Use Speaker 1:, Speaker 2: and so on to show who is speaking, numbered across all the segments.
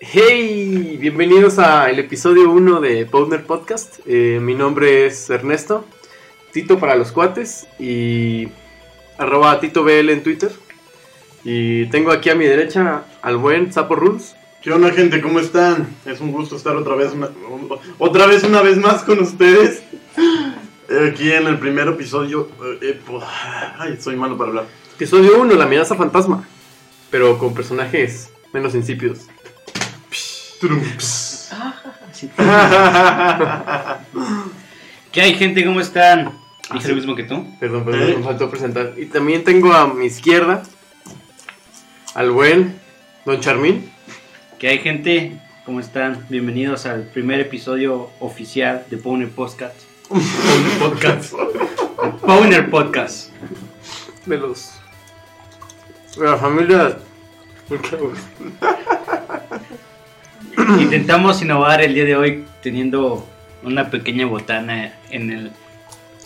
Speaker 1: Hey, bienvenidos al episodio 1 de Powder Podcast. Eh, mi nombre es Ernesto, Tito para los cuates y arroba TitoBL en Twitter. Y tengo aquí a mi derecha al buen Sapo Rules.
Speaker 2: ¿Qué onda gente? ¿Cómo están? Es un gusto estar otra vez, una- otra vez una vez más con ustedes. Eh, Aquí en el primer episodio. eh, eh, po- ay, soy malo para hablar.
Speaker 1: Episodio 1, la amenaza fantasma, pero con personajes menos insípidos.
Speaker 2: Trumps.
Speaker 3: Sí. ¿Qué hay, gente? ¿Cómo están? Dije lo mismo que tú.
Speaker 1: Perdón, perdón,
Speaker 2: ¿Eh?
Speaker 1: me faltó presentar. Y también tengo a mi izquierda al buen Don Charmín.
Speaker 3: ¿Qué hay, gente? ¿Cómo están? Bienvenidos al primer episodio oficial de Powner Podcast.
Speaker 2: Podcast.
Speaker 3: Powner Podcast.
Speaker 1: de los de la familia
Speaker 3: Intentamos innovar el día de hoy teniendo una pequeña botana en, el,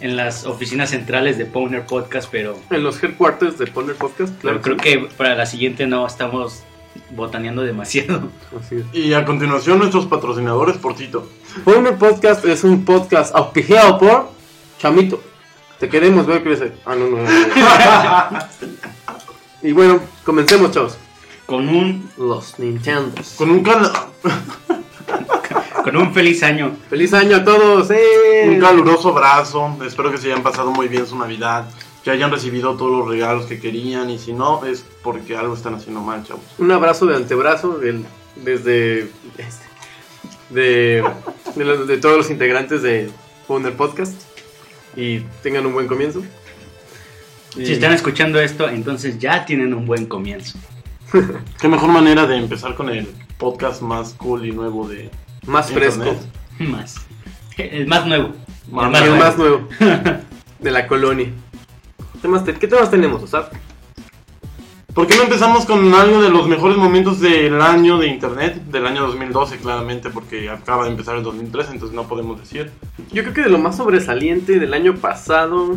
Speaker 3: en las oficinas centrales de Powner Podcast, pero,
Speaker 1: en los headquarters de Poner Podcast claro
Speaker 3: pero creo que para la siguiente no estamos botaneando demasiado.
Speaker 1: Así es.
Speaker 2: Y a continuación nuestros patrocinadores por Tito.
Speaker 1: Poner Podcast es un podcast auspiciado por Chamito te queremos ver crecer ah no no, no, no. y bueno comencemos chavos
Speaker 3: Con un,
Speaker 1: los Nintendos
Speaker 2: Con un, cal-
Speaker 3: con un feliz año.
Speaker 1: feliz año a todos ¡eh!
Speaker 2: un caluroso abrazo. Espero que se hayan pasado muy bien su Navidad. Que hayan recibido todos los regalos que querían. Y si no, es porque algo están haciendo mal, chavos.
Speaker 1: un abrazo de antebrazo del- desde este, de, de los- de todos los integrantes de Poner Podcast y tengan un buen comienzo.
Speaker 3: Si están escuchando esto, entonces ya tienen un buen comienzo.
Speaker 2: Qué mejor manera de empezar con el podcast más cool y nuevo de
Speaker 1: más fresco,
Speaker 2: Internet.
Speaker 3: Más. El más nuevo.
Speaker 2: Más
Speaker 3: el
Speaker 1: y
Speaker 3: más
Speaker 1: el
Speaker 3: nuevo.
Speaker 1: más nuevo de la colonia. ¿Qué temas, te- qué temas tenemos, Osap?
Speaker 2: ¿Por qué no empezamos con algo de los mejores momentos del año de internet? Del año 2012, claramente, porque acaba de empezar el 2013, entonces no podemos decir.
Speaker 1: Yo creo que de lo más sobresaliente del año pasado,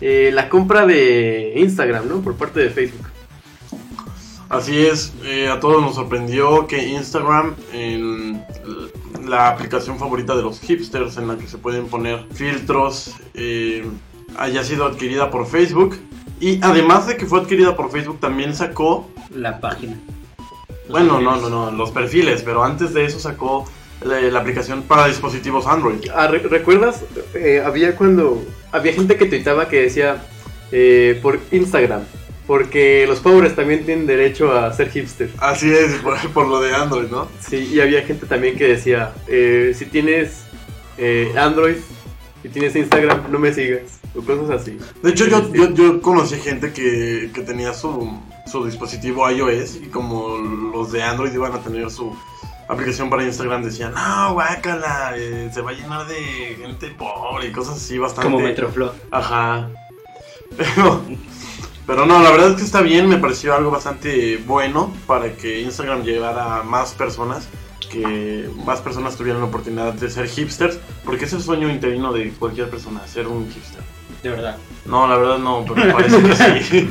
Speaker 1: eh, la compra de Instagram, ¿no? Por parte de Facebook.
Speaker 2: Así es, eh, a todos nos sorprendió que Instagram, en la aplicación favorita de los hipsters en la que se pueden poner filtros, eh, haya sido adquirida por Facebook. Y además de que fue adquirida por Facebook, también sacó
Speaker 3: La página. Los
Speaker 2: Bueno, no,
Speaker 3: perfiles.
Speaker 2: no, no, los perfiles, pero antes de eso sacó la, la aplicación para dispositivos Android.
Speaker 1: Ah, ¿re- ¿Recuerdas? Eh, había cuando. Había gente que tuitaba que decía. eh, por Instagram. Porque los pobres también tienen derecho a ser hipster.
Speaker 2: Así es, por, por lo de Android, ¿no?
Speaker 1: Sí, y había gente también que decía. eh, si tienes eh, Android. Si tienes Instagram, no me sigas. O cosas así.
Speaker 2: De hecho, yo, yo, yo conocí gente que, que tenía su, su dispositivo iOS y como los de Android iban a tener su aplicación para Instagram, decían, no, guácala, eh, se va a llenar de gente pobre y cosas así bastante...
Speaker 3: Como Metroflow.
Speaker 2: Ajá. Pero, pero no, la verdad es que está bien, me pareció algo bastante bueno para que Instagram llegara a más personas, que más personas tuvieran la oportunidad de ser hipsters, porque ese es el sueño interino de cualquier persona, ser un hipster.
Speaker 3: De verdad.
Speaker 2: No, la verdad no, pero parece que sí.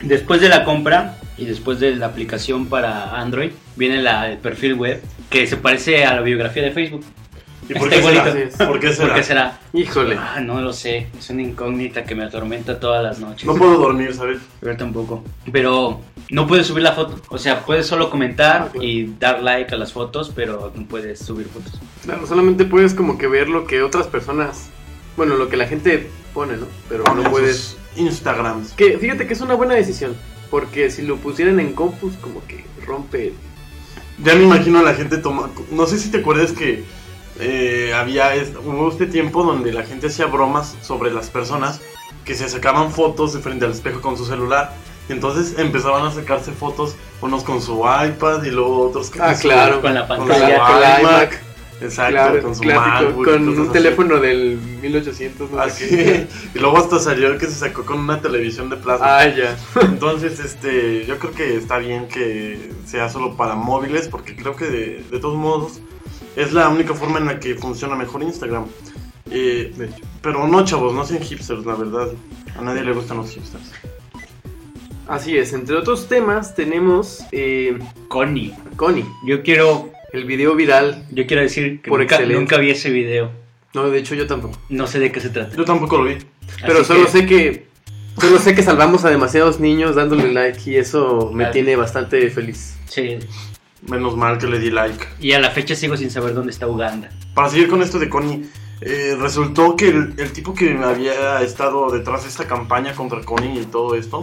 Speaker 3: Después de la compra y después de la aplicación para Android, viene la, el perfil web que se parece a la biografía de Facebook.
Speaker 2: ¿Y por
Speaker 3: Está
Speaker 2: qué será?
Speaker 1: igualito.
Speaker 2: ¿Por qué
Speaker 3: ¿Por
Speaker 2: será?
Speaker 3: qué será?
Speaker 1: Híjole.
Speaker 3: Ah, no lo sé. Es una incógnita que me atormenta todas las noches.
Speaker 2: No puedo dormir, ¿sabes?
Speaker 3: Yo tampoco. Pero no puedes subir la foto. O sea, puedes solo comentar
Speaker 1: Ah, claro.
Speaker 3: y dar like a las fotos, pero no puedes subir fotos.
Speaker 1: Claro, solamente puedes como que ver lo que otras personas. Bueno, lo que la gente pone, ¿no? Pero no
Speaker 2: Esos
Speaker 1: puedes.
Speaker 2: Instagrams.
Speaker 1: Que fíjate que es una buena decisión. Porque si lo pusieran en compus, como que rompe el
Speaker 2: Ya me imagino a la gente tomando. No sé si te acuerdas que eh, había es- hubo este tiempo donde la gente hacía bromas sobre las personas que se sacaban fotos de frente al espejo con su celular. Y entonces empezaban a sacarse fotos, unos con su iPad y luego otros con
Speaker 1: Ah,
Speaker 2: su-
Speaker 1: claro.
Speaker 3: Con la
Speaker 2: Con
Speaker 1: Con la
Speaker 3: pantalla.
Speaker 2: iMac,
Speaker 1: iMac,
Speaker 2: Exacto,
Speaker 1: claro,
Speaker 2: con su
Speaker 1: clásico,
Speaker 2: MacBook y
Speaker 1: con
Speaker 2: cosas
Speaker 1: un
Speaker 2: así.
Speaker 1: teléfono del 1800, no sé
Speaker 2: Así. Y luego hasta salió el que se sacó con una televisión de
Speaker 1: qué.
Speaker 2: plasma.
Speaker 1: Ah, ya.
Speaker 2: Entonces, este, yo creo que está bien que sea solo para móviles, porque creo que de, de todos modos es la única forma en la que funciona mejor Instagram. Eh,
Speaker 1: De hecho.
Speaker 2: pero no, chavos, no sean hipsters, la verdad. A nadie le gustan los hipsters.
Speaker 1: Así es, entre otros temas tenemos eh,
Speaker 3: Connie.
Speaker 1: Connie,
Speaker 3: Yo quiero,
Speaker 1: el video viral.
Speaker 3: yo quiero decir que
Speaker 1: Por
Speaker 3: nunca,
Speaker 1: excelencia.
Speaker 3: nunca vi ese video.
Speaker 1: No, de hecho yo tampoco.
Speaker 3: No sé de qué se trata.
Speaker 2: Yo tampoco lo vi.
Speaker 1: Pero
Speaker 3: Así
Speaker 1: solo
Speaker 3: que-
Speaker 1: sé que solo sé que salvamos a demasiados niños dándole like y eso me
Speaker 3: Claro.
Speaker 1: tiene bastante feliz.
Speaker 3: Sí.
Speaker 2: Menos mal que le di like.
Speaker 3: Y a la fecha sigo sin saber dónde está Uganda.
Speaker 2: Para seguir con esto de Connie, eh, resultó que el, el tipo que había estado detrás de esta campaña contra Connie y todo esto,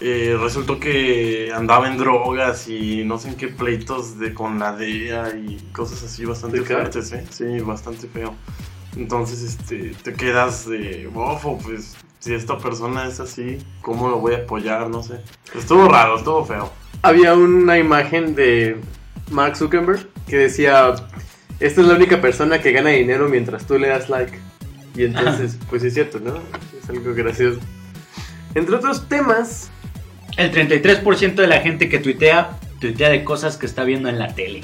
Speaker 2: eh, resultó que andaba en drogas y no sé en qué pleitos de, con la DEA y cosas así bastante
Speaker 1: ¿De qué?
Speaker 2: fuertes, ¿eh? Sí, bastante feo. Entonces, este, te quedas de bofo, pues, si esta persona es así, ¿cómo lo voy a apoyar? No sé. Estuvo raro, estuvo feo.
Speaker 1: Había una imagen de Mark Zuckerberg que decía, esta es la única persona que gana dinero mientras tú le das like. Y entonces, pues es cierto, ¿no? Es algo gracioso. Entre otros temas,
Speaker 3: El 33% de la gente que tuitea, tuitea de cosas que está viendo en la tele.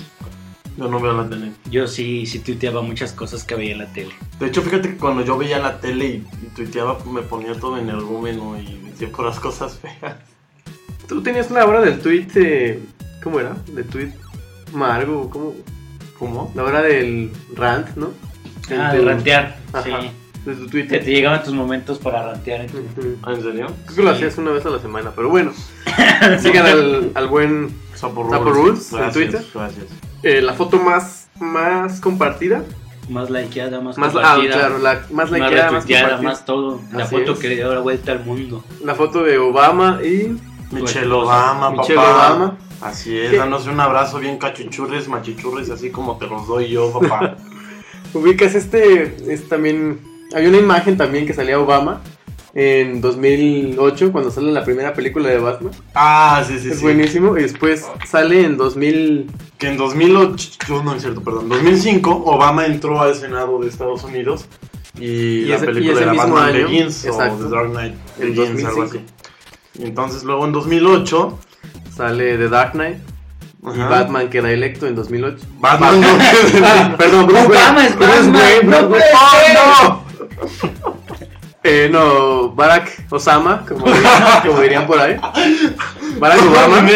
Speaker 2: Yo no veo la tele.
Speaker 3: Yo sí, sí tuiteaba muchas cosas que veía en la tele.
Speaker 2: De hecho, fíjate que cuando yo veía la tele y, y tuiteaba, me ponía todo energúmeno y decía puras cosas feas.
Speaker 1: tú tenías una hora del tweet, eh, ¿cómo era? Del tweet Margo, ¿cómo?
Speaker 2: ¿Cómo?
Speaker 1: La hora del rant, ¿no? En
Speaker 3: Ah,
Speaker 1: tu-
Speaker 3: de rantear.
Speaker 1: Ajá.
Speaker 3: Sí.
Speaker 1: De tu
Speaker 3: Que
Speaker 1: Twitter.
Speaker 3: te llegaban tus momentos para rantear. en tu-
Speaker 1: Ujú.
Speaker 2: ¿Ah, ¿En serio?
Speaker 1: Creo que lo hacías una vez a la semana, pero bueno. Sigan al, al buen
Speaker 2: Sapo
Speaker 1: Sapo Rules, en
Speaker 2: Gracias,
Speaker 1: Twitter.
Speaker 2: Gracias.
Speaker 1: Eh, la foto más, más compartida.
Speaker 3: Más likeada, más,
Speaker 1: Mm. Más, ah,
Speaker 3: compartida.
Speaker 1: claro, la más
Speaker 3: más
Speaker 1: likeada, más
Speaker 3: retuiteada,
Speaker 1: compartida.
Speaker 3: más todo. La
Speaker 1: Así
Speaker 3: foto
Speaker 1: es.
Speaker 3: que le dio la vuelta al mundo.
Speaker 1: La foto de Obama y
Speaker 2: Michelle Obama,
Speaker 1: pues, Michelle
Speaker 2: papá.
Speaker 1: Obama.
Speaker 2: Así es,
Speaker 1: ¿Qué?
Speaker 2: danos un abrazo bien cachuchurres, machichurres, así como te los doy yo, papá.
Speaker 1: Ubicas este, es también, había una imagen también que salía Obama en 2008 cuando sale la primera película de Batman.
Speaker 2: ah, sí, sí,
Speaker 1: es
Speaker 2: sí.
Speaker 1: buenísimo. Y después sale en 2000,
Speaker 2: Que en 2008, no es cierto, perdón, 2005 Obama entró al Senado de Estados Unidos y,
Speaker 1: Y
Speaker 2: la
Speaker 1: ese- y
Speaker 2: película
Speaker 1: ese
Speaker 2: de la
Speaker 1: mismo
Speaker 2: Batman
Speaker 1: año,
Speaker 2: Begins
Speaker 1: exacto,
Speaker 2: o The Dark Knight
Speaker 1: en
Speaker 2: Begins,
Speaker 1: 2005.
Speaker 2: algo así. Y entonces luego en 2008
Speaker 1: sale The Dark Knight y
Speaker 2: ajá,
Speaker 1: Batman queda electo en 2008.
Speaker 2: Batman,
Speaker 1: Ah, perdón, Bruce
Speaker 3: Obama
Speaker 1: Wayne.
Speaker 3: es
Speaker 1: Bruce
Speaker 3: Batman,
Speaker 1: Wayne, Bruce Wayne.
Speaker 3: no puede
Speaker 1: ¡Oh, no! Eh, no, Barack Osama, como, dirían- como dirían por ahí. Barack Obama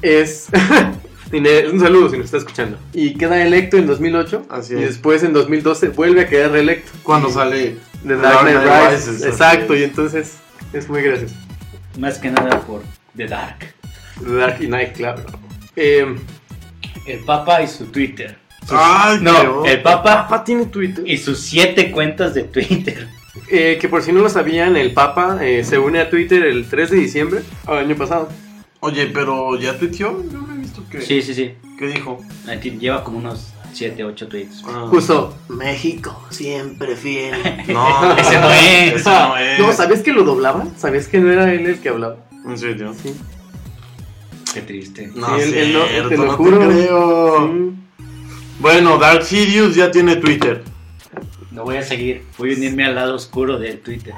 Speaker 1: es. Ine- un saludo si nos está escuchando. Y queda electo en 2008.
Speaker 2: Así
Speaker 1: y
Speaker 2: es.
Speaker 1: después en 2012 vuelve a quedar reelecto.
Speaker 2: cuando sale
Speaker 1: De
Speaker 2: The
Speaker 1: Dark Knight Rises.
Speaker 2: así
Speaker 1: Exacto,
Speaker 2: es.
Speaker 1: y entonces es muy gracioso.
Speaker 3: Más que nada por The Dark.
Speaker 1: The Dark Knight, claro. Eh,
Speaker 3: El Papa y su Twitter.
Speaker 2: Ay,
Speaker 3: No,
Speaker 2: qué
Speaker 3: el Papa
Speaker 1: Papa tiene Twitter.
Speaker 3: y sus siete cuentas de Twitter.
Speaker 1: Eh, que por si no lo sabían, el Papa eh, se une a Twitter el 3 de diciembre del año pasado.
Speaker 2: Oye, pero ya tuiteó, yo no he visto que
Speaker 3: Sí, sí, sí.
Speaker 2: ¿Qué dijo.
Speaker 3: Aquí lleva como unos 7, 8 tweets.
Speaker 2: Ah.
Speaker 1: Puso.
Speaker 4: México, siempre fiel.
Speaker 2: No,
Speaker 3: Ese no es.
Speaker 2: Ese no es.
Speaker 1: No, ¿sabías que lo doblaban? ¿Sabías que no era él el que hablaba?
Speaker 2: En serio.
Speaker 3: Qué triste.
Speaker 2: No,
Speaker 1: Sí, él- él no-
Speaker 2: cierto,
Speaker 1: te lo
Speaker 2: no
Speaker 1: juro.
Speaker 2: creo.
Speaker 1: Sí.
Speaker 2: Bueno, Dark Sirius ya tiene Twitter.
Speaker 3: No voy a seguir. Voy a unirme al lado oscuro del Twitter.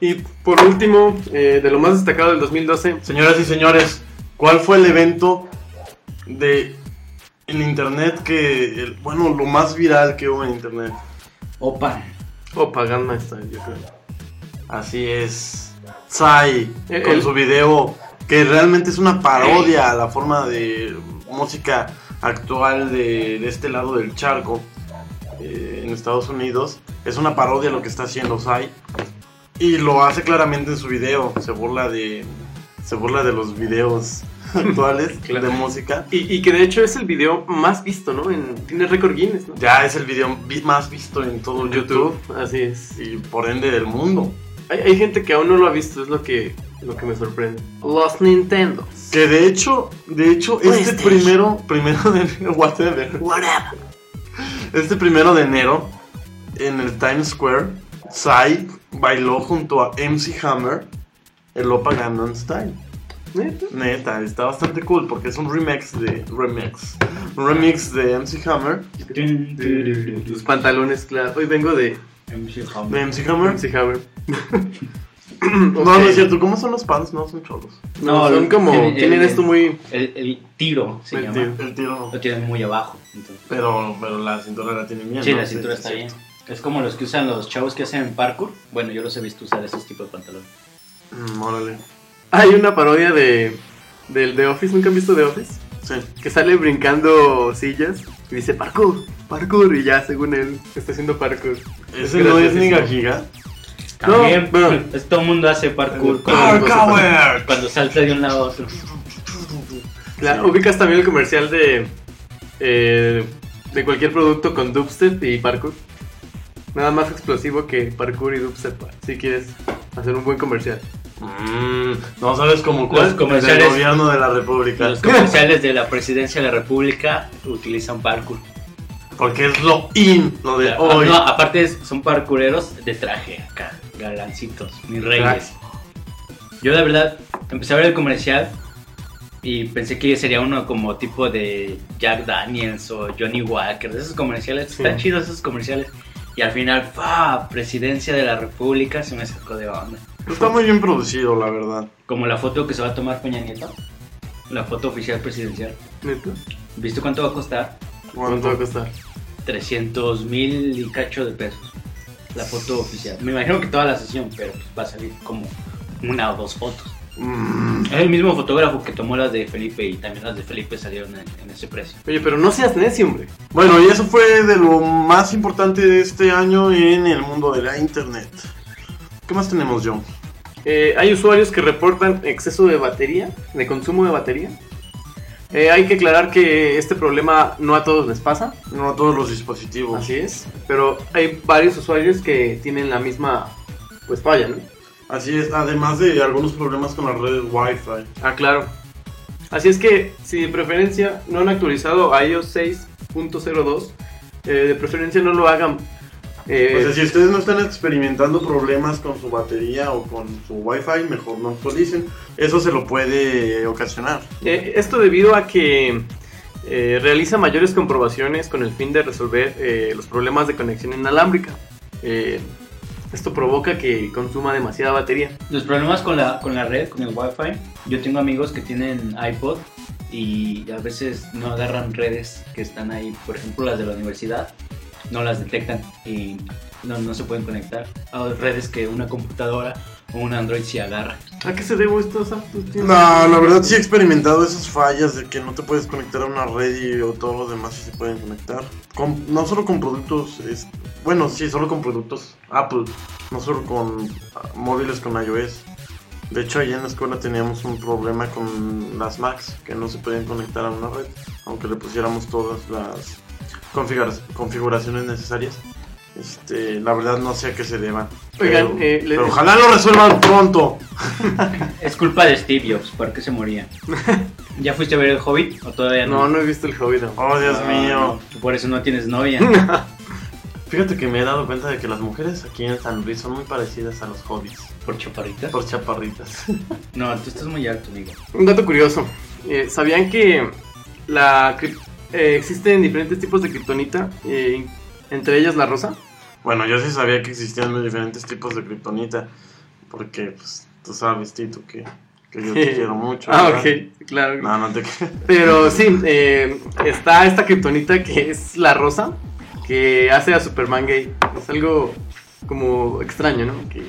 Speaker 1: Y por último, eh, de lo más destacado del 2012,
Speaker 2: Señoras y señores, ¿cuál fue el evento de en internet que el- bueno, lo más viral que hubo en internet?
Speaker 3: Opa.
Speaker 1: Opa, Gangnam Style, yo creo.
Speaker 2: Así es. Psy
Speaker 1: Eh,
Speaker 2: con
Speaker 1: el-
Speaker 2: su video que realmente es una parodia a la forma de música actual de, de este lado del charco eh, en Estados Unidos. Es una parodia a lo que está haciendo Psy y lo hace claramente en su video. Se burla de se burla de los videos actuales
Speaker 1: Claro.
Speaker 2: de música.
Speaker 1: Y, y que de hecho es el video más visto, ¿no? En, tiene récord Guinness, ¿no?
Speaker 2: Ya es el video vi- más visto en todo YouTube
Speaker 1: Así es.
Speaker 2: y por ende del mundo.
Speaker 1: Hay, hay gente que aún no lo ha visto, es lo que, lo que me sorprende. Los Nintendo.
Speaker 2: Que de hecho, de hecho, este
Speaker 4: PlayStation.
Speaker 2: primero, primero de enero, whatever,
Speaker 4: Whatever.
Speaker 2: este primero de enero, en el Times Square, Psy bailó junto a MC Hammer el Opa Gangnam Style.
Speaker 1: ¿Neta?
Speaker 2: Neta, está bastante cool porque es un remix de remix, un remix de MC Hammer,
Speaker 1: Sus pantalones, claro. Hoy vengo de
Speaker 3: Em,
Speaker 2: de MC Hammer.
Speaker 1: MC Hammer.
Speaker 2: No, no es cierto. ¿Cómo son los pants? No son cholos.
Speaker 1: No, son como.
Speaker 3: tienen-
Speaker 1: Tienen
Speaker 3: tienen-
Speaker 1: esto muy.
Speaker 3: El, el tiro se
Speaker 1: El
Speaker 3: llama.
Speaker 1: tiro.
Speaker 2: El tiro.
Speaker 3: Lo tienen muy abajo. entonces.
Speaker 2: Pero, pero la cintura la tiene bien.
Speaker 3: Sí,
Speaker 2: ¿no?
Speaker 3: la cintura está
Speaker 2: sí,
Speaker 3: bien. Es como los que usan los chavos que hacen parkour. Bueno, yo los he visto usar esos tipos de pantalones.
Speaker 2: Mm, órale.
Speaker 1: Hay una parodia de del The Office, ¿nunca han visto The Office?
Speaker 2: Sí.
Speaker 1: Que sale brincando sillas y dice parkour, parkour y ya según él está haciendo parkour.
Speaker 2: Ese no es
Speaker 1: graciosísimo.
Speaker 2: Nigajiga.
Speaker 3: También,
Speaker 1: bueno.
Speaker 3: pues, todo el mundo hace parkour
Speaker 1: Ah,
Speaker 3: cuando,
Speaker 2: Power.
Speaker 3: cuando salta de un lado a otro.
Speaker 1: Claro, ubicas también el comercial de eh, de cualquier producto con dubstep y parkour. Nada más explosivo que parkour y dubstep si quieres hacer un buen comercial.
Speaker 2: Mm, no sabes cómo cuál.
Speaker 3: Los comerciales-
Speaker 2: El gobierno de la República.
Speaker 3: Los comerciales de la presidencia de la república utilizan parkour.
Speaker 2: Porque es lo in, lo de
Speaker 3: Ah,
Speaker 2: hoy.
Speaker 3: no, aparte es- son parkureros de traje acá, galancitos, mis reyes. Yo la verdad empecé a ver el comercial y pensé que sería uno como tipo de Jack Daniels o Johnny Walker, de esos comerciales, están chidos esos comerciales. Y al final, ¡fa! Presidencia de la República se me sacó de onda.
Speaker 2: Está muy bien producido, la verdad.
Speaker 3: Como la foto que se va a tomar Peña Nieto, la foto oficial presidencial.
Speaker 1: ¿Neta?
Speaker 3: ¿Viste cuánto va a costar?
Speaker 1: ¿Cuánto va a costar?
Speaker 3: 300 mil y cacho de pesos. La foto oficial. Me imagino que toda la sesión, pero pues va a salir como una o dos fotos.
Speaker 2: Mm,
Speaker 3: Es el mismo fotógrafo que tomó las de Felipe y también las de Felipe salieron en, en ese precio.
Speaker 1: Oye, pero no seas necio, hombre.
Speaker 2: Bueno, y eso fue de lo más importante de este año en el mundo de la internet. ¿Qué más tenemos, John?
Speaker 1: Eh, hay usuarios que reportan exceso de batería, de consumo de batería. Eh, hay que aclarar que este problema no a todos les pasa,
Speaker 2: No a todos los dispositivos.
Speaker 1: así es, pero hay varios usuarios que tienen la misma, pues falla, ¿no?
Speaker 2: Así es, además de algunos problemas con las redes Wi-Fi.
Speaker 1: Ah, claro. Así es que, si de preferencia no han actualizado a iOS 6.02, eh, de preferencia no lo hagan. Eh,
Speaker 2: O sea, si ustedes no están experimentando problemas con su batería o con su Wi-Fi, mejor no actualicen. Eso se lo puede ocasionar.
Speaker 1: Eh, esto debido a que eh, realiza mayores comprobaciones con el fin de resolver eh, los problemas de conexión inalámbrica. Eh, esto provoca que consuma demasiada batería.
Speaker 3: Los problemas con la, con la red, con el wifi, yo tengo amigos que tienen iPod y a veces no agarran redes que están ahí, por ejemplo las de la universidad, no las detectan y no, no se pueden conectar a redes que una computadora o un Android sí agarra.
Speaker 1: ¿A qué se debo esto, Sam? ¿Tú tienes-
Speaker 2: No, la verdad sí he experimentado esas fallas de que no te puedes conectar a una red y o todos los demás sí se pueden conectar. Con- no solo con productos, es- bueno, sí, solo con productos Apple, no solo con ah, móviles con iOS. De hecho, allá en la escuela teníamos un problema con las Macs que no se podían conectar a una red, aunque le pusiéramos todas las configura- configuraciones necesarias. Este, la verdad no sé a qué se deba.
Speaker 1: Oigan,
Speaker 2: pero-
Speaker 1: eh, les-
Speaker 2: pero ojalá lo resuelvan pronto.
Speaker 3: Es culpa de Steve Jobs, ¿por qué se moría? ¿Ya fuiste a ver el Hobbit o todavía no?
Speaker 1: no, no he visto el Hobbit. aún.
Speaker 2: Oh, Dios
Speaker 3: Ah,
Speaker 2: mío.
Speaker 3: no, Por eso no tienes novia.
Speaker 2: Fíjate que me he dado cuenta de que las mujeres aquí en San Luis son muy parecidas a los hobbits,
Speaker 3: ¿Por chaparrita?
Speaker 2: por chaparritas.
Speaker 3: No, tú estás muy alto, amigo.
Speaker 1: Un dato curioso. Eh, ¿Sabían que la cri- eh, existen diferentes tipos de kriptonita? eh, entre ellas la rosa.
Speaker 2: bueno, yo sí sabía que existían los diferentes tipos de kriptonita, porque pues tú sabes, Tito, que, que yo te quiero mucho.
Speaker 1: Ah,
Speaker 2: ¿verdad?
Speaker 1: ok, claro.
Speaker 2: No, no te creas.
Speaker 1: Pero sí, eh, está esta kriptonita que es la rosa, que hace a Superman gay. Es algo como extraño, ¿no? Que,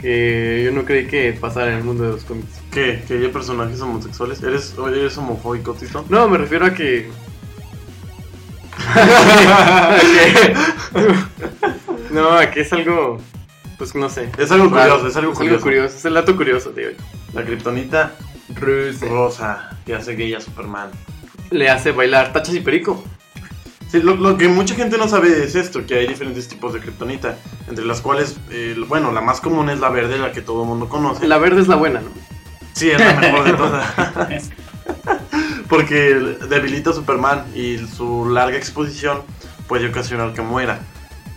Speaker 1: que yo no creí que pasara en el mundo de los cómics.
Speaker 2: ¿Qué? ¿Que hay personajes homosexuales? ¿Eres, oye, ¿eres homofóbico, Tito?
Speaker 1: No, me refiero a que... no, a que es algo... Pues no sé.
Speaker 2: es algo curioso,
Speaker 1: Raro.
Speaker 2: es algo curioso.
Speaker 1: Es el dato curioso de hoy.
Speaker 2: La kriptonita
Speaker 1: Ruth
Speaker 2: rosa que hace gay a Superman.
Speaker 1: le hace bailar tachas y perico.
Speaker 2: Sí, lo, lo que mucha gente no sabe es esto, que hay diferentes tipos de kriptonita, entre las cuales, eh, bueno, la más común es la verde, la que todo el mundo conoce.
Speaker 1: La verde es la buena, ¿no?
Speaker 2: Sí, es la mejor de todas. Porque debilita a Superman y su larga exposición puede ocasionar que muera.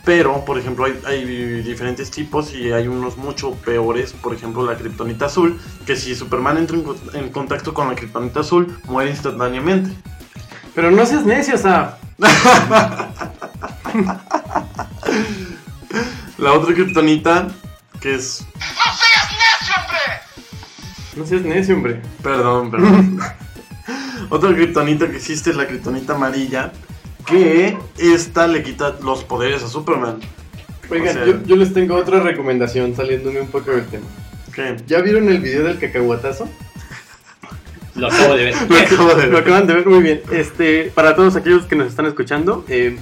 Speaker 2: Pero, por ejemplo, hay, hay diferentes tipos y hay unos mucho peores. Por ejemplo, la kriptonita azul, que si Superman entra en, co- en contacto con la kriptonita azul, muere instantáneamente.
Speaker 1: Pero no seas necio, o sea...
Speaker 2: La otra kriptonita, que es...
Speaker 1: No seas necio, hombre.
Speaker 2: Perdón, perdón. Otra kriptonita que existe es la kriptonita amarilla, que esta le quita los poderes a Superman.
Speaker 1: Oigan,
Speaker 2: O sea-
Speaker 1: yo, yo les tengo otra recomendación saliéndome un poco del tema.
Speaker 2: ¿Qué?
Speaker 1: ¿Ya vieron el video del cacahuatazo?
Speaker 3: Lo acabo de ver.
Speaker 2: Lo acabo de
Speaker 1: Lo
Speaker 2: ver.
Speaker 1: acaban de ver muy bien. Este, para todos aquellos que nos están escuchando, eh,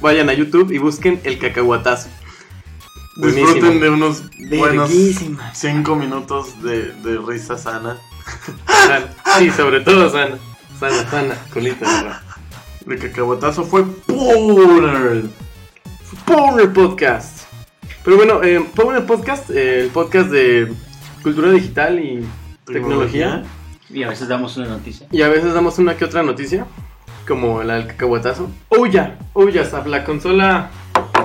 Speaker 1: vayan a YouTube y busquen el cacahuatazo. Buenísimo.
Speaker 2: Disfruten de unos buenos
Speaker 4: Verguísima.
Speaker 2: 5 minutos de, de risa sana.
Speaker 1: San- Sí, sobre todo sana. Sana, sana, colita. de rana.
Speaker 2: El cacahuatazo fue Polar.
Speaker 1: Power Podcast. Pero bueno, eh, Power Podcast, eh, el podcast de cultura digital y tecnología.
Speaker 3: Y a veces damos una noticia.
Speaker 1: Y a veces damos una que otra noticia, como la del cacahuatazo. Oh, Ouya, Ouya, Zap, la consola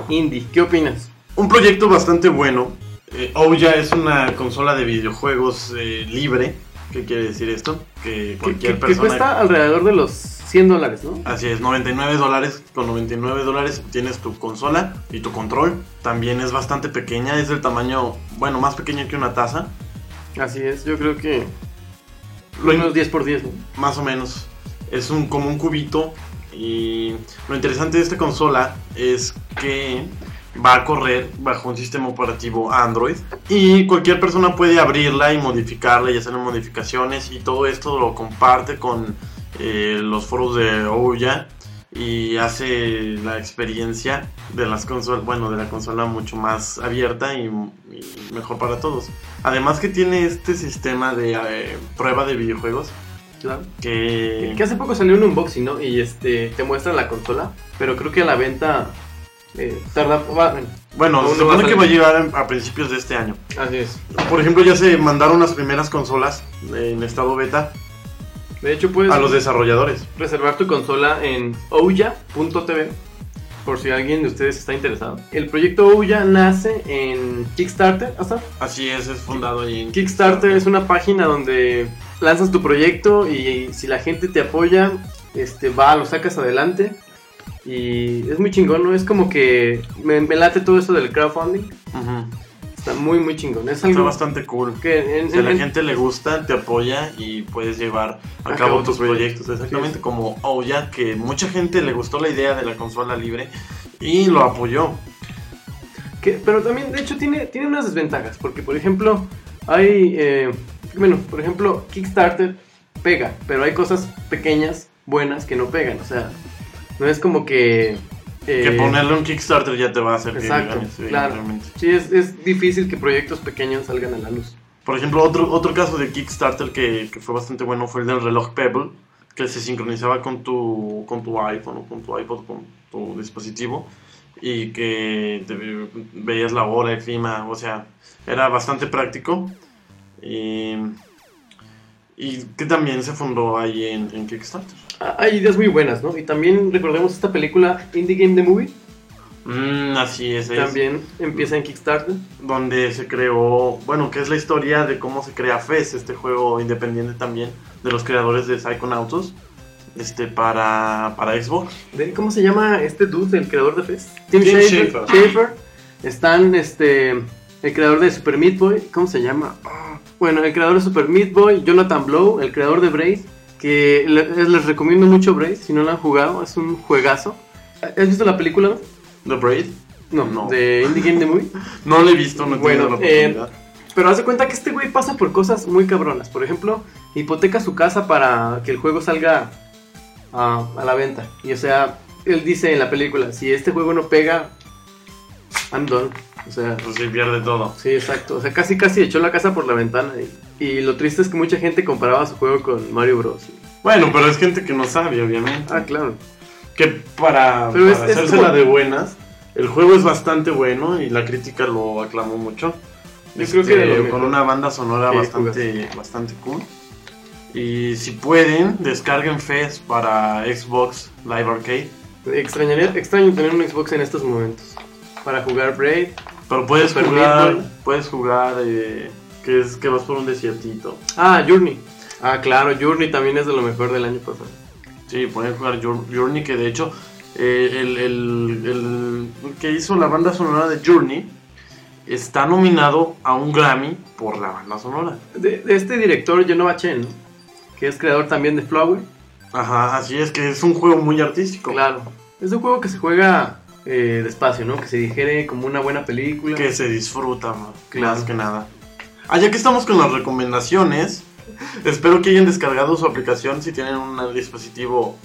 Speaker 1: indie. ¿Qué opinas?
Speaker 2: Un proyecto bastante bueno. Eh, Ouya es una consola de videojuegos eh, libre. ¿Qué quiere decir esto? Que
Speaker 1: Que,
Speaker 2: cualquier
Speaker 1: que- que
Speaker 2: persona.
Speaker 1: cuesta alrededor de los 100 dólares, ¿no?
Speaker 2: Así es, 99 dólares. Con 99 dólares tienes tu consola y tu control. También es bastante pequeña, es del tamaño, bueno, más pequeño que una taza.
Speaker 1: Así es, yo creo que
Speaker 2: Lo in-
Speaker 1: unos 10 por 10, ¿no?
Speaker 2: Más o menos. Es un, como un cubito. Y lo interesante de esta consola es que va a correr bajo un sistema operativo Android. Y cualquier persona puede abrirla y modificarla y hacerle modificaciones. Y todo esto lo comparte con eh, los foros de Ouya. Y hace la experiencia de las consolas, bueno, de la consola mucho más abierta y, y mejor para todos. Además que tiene este sistema de eh, prueba de videojuegos
Speaker 1: Claro.
Speaker 2: que,
Speaker 1: Que hace poco salió un unboxing, ¿no? Y este, te muestran la consola, pero creo que a la venta eh, tarda... va-
Speaker 2: bueno,
Speaker 1: Aún
Speaker 2: se
Speaker 1: no va a
Speaker 2: supone que va a
Speaker 1: salir.
Speaker 2: llegar a, a principios de este año.
Speaker 1: así es.
Speaker 2: Por ejemplo, ya se mandaron las primeras consolas en estado beta
Speaker 1: De hecho, puedes
Speaker 2: a los desarrolladores.
Speaker 1: reservar tu consola en ouya.tv por si alguien de ustedes está interesado. El proyecto Ouya nace en Kickstarter, ¿hasta?
Speaker 2: Así es, es fundado ahí en
Speaker 1: Kickstarter es una página donde lanzas tu proyecto y si la gente te apoya, este, va, lo sacas adelante. Y es muy chingón, ¿no? Es como que me, me late todo eso del crowdfunding.
Speaker 2: Ujú.
Speaker 1: Está muy, muy chingón. Es
Speaker 2: Está
Speaker 1: algo
Speaker 2: bastante cool.
Speaker 1: que en,
Speaker 2: Si a la
Speaker 1: en-
Speaker 2: gente le gusta, te apoya y puedes llevar a
Speaker 1: A
Speaker 2: cabo
Speaker 1: cabo tus
Speaker 2: tus proyectos.
Speaker 1: proyectos.
Speaker 2: Exactamente
Speaker 1: Sí.
Speaker 2: como Ouya, que mucha gente le gustó la idea de la consola libre y lo apoyó.
Speaker 1: que- pero también, de hecho, tiene, tiene unas desventajas. Porque, por ejemplo, hay... eh, bueno, por ejemplo, Kickstarter pega, pero hay cosas pequeñas, buenas, que no pegan. O sea, no es como que...
Speaker 2: que
Speaker 1: eh,
Speaker 2: ponerle un Kickstarter ya te va a hacer
Speaker 1: exacto,
Speaker 2: que ganes,
Speaker 1: claro.
Speaker 2: evidentemente.
Speaker 1: Sí, es, es difícil que proyectos pequeños salgan a la luz.
Speaker 2: Por ejemplo, otro, otro caso de Kickstarter que, que fue bastante bueno fue el del reloj Pebble, que se sincronizaba con tu, con tu iPhone o con tu iPod, con tu dispositivo, y que te ve- veías la hora encima, o sea, era bastante práctico. Y, y que también se fundó ahí en, en Kickstarter.
Speaker 1: Ah, Hay ideas muy buenas, ¿no? Y también recordemos esta película Indie Game The Movie.
Speaker 2: Mm, así es, es
Speaker 1: También empieza en Kickstarter.
Speaker 2: donde se creó, bueno, que es la historia de cómo se crea Fez, este juego independiente también de los creadores de Psychonauts, este para, para Xbox.
Speaker 1: De- ¿Cómo se llama este dude, el creador de Fest? Tim,
Speaker 2: Tim
Speaker 1: Schafer.
Speaker 2: Schafer.
Speaker 1: Schafer. Están este. El creador de Super Meat Boy. ¿Cómo se llama? Ah, Bueno, el creador de Super Meat Boy, Jonathan Blow, el creador de Brace. Que le- les, recomiendo mucho Brace, si no lo han jugado, es un juegazo. ¿Has visto la película?
Speaker 2: The Braid.
Speaker 1: No,
Speaker 2: No.
Speaker 1: de Indie Game The Movie.
Speaker 2: No lo he visto, no he tenido
Speaker 1: Bueno, eh,
Speaker 2: la oportunidad.
Speaker 1: Pero hace cuenta que este güey pasa por cosas muy cabronas. Por ejemplo, hipoteca su casa para que el juego salga ah, a, la venta. Y o sea, él dice en la película, si este juego no pega, I'm done. O sea,
Speaker 2: Pues sí, pierde todo.
Speaker 1: sí, exacto. O sea, casi casi echó la casa por la ventana. Y, y lo triste es que mucha gente comparaba su juego con Mario Bros.
Speaker 2: Bueno, pero es gente que no sabe, obviamente.
Speaker 1: Ah, claro.
Speaker 2: Que para,
Speaker 1: Pero es-
Speaker 2: para
Speaker 1: es
Speaker 2: hacérsela
Speaker 1: como-
Speaker 2: de buenas, el juego es bastante bueno y la crítica lo aclamó mucho.
Speaker 1: Yo creo que de lo
Speaker 2: Este, con
Speaker 1: mejor
Speaker 2: una banda sonora
Speaker 1: que
Speaker 2: bastante, bastante cool. Y si pueden, descarguen Fez para Xbox Live Arcade.
Speaker 1: Extrañaría, extraño tener un Xbox en estos momentos. Para jugar Braid.
Speaker 2: Pero puedes
Speaker 1: Super
Speaker 2: jugar,
Speaker 1: Meat Boy.
Speaker 2: puedes jugar eh, que es que vas por un desiertito.
Speaker 1: Ah, Journey. Ah, claro, Journey también es de lo mejor del año pasado.
Speaker 2: Sí, pueden jugar Jour- Journey, que de hecho eh, el, el- el que hizo la banda sonora de Journey está nominado a un Grammy por la banda sonora.
Speaker 1: de, de este director Genova Chen, ¿no? que es creador también de Flower.
Speaker 2: Ajá, así es que es un juego muy artístico.
Speaker 1: Claro. Es un juego que se juega eh, despacio, ¿no? Que se digiere como una buena película.
Speaker 2: Que se disfruta ma- más,
Speaker 1: Claro.
Speaker 2: que nada. Ah, ya que estamos con las recomendaciones, espero que hayan descargado su aplicación si tienen un dispositivo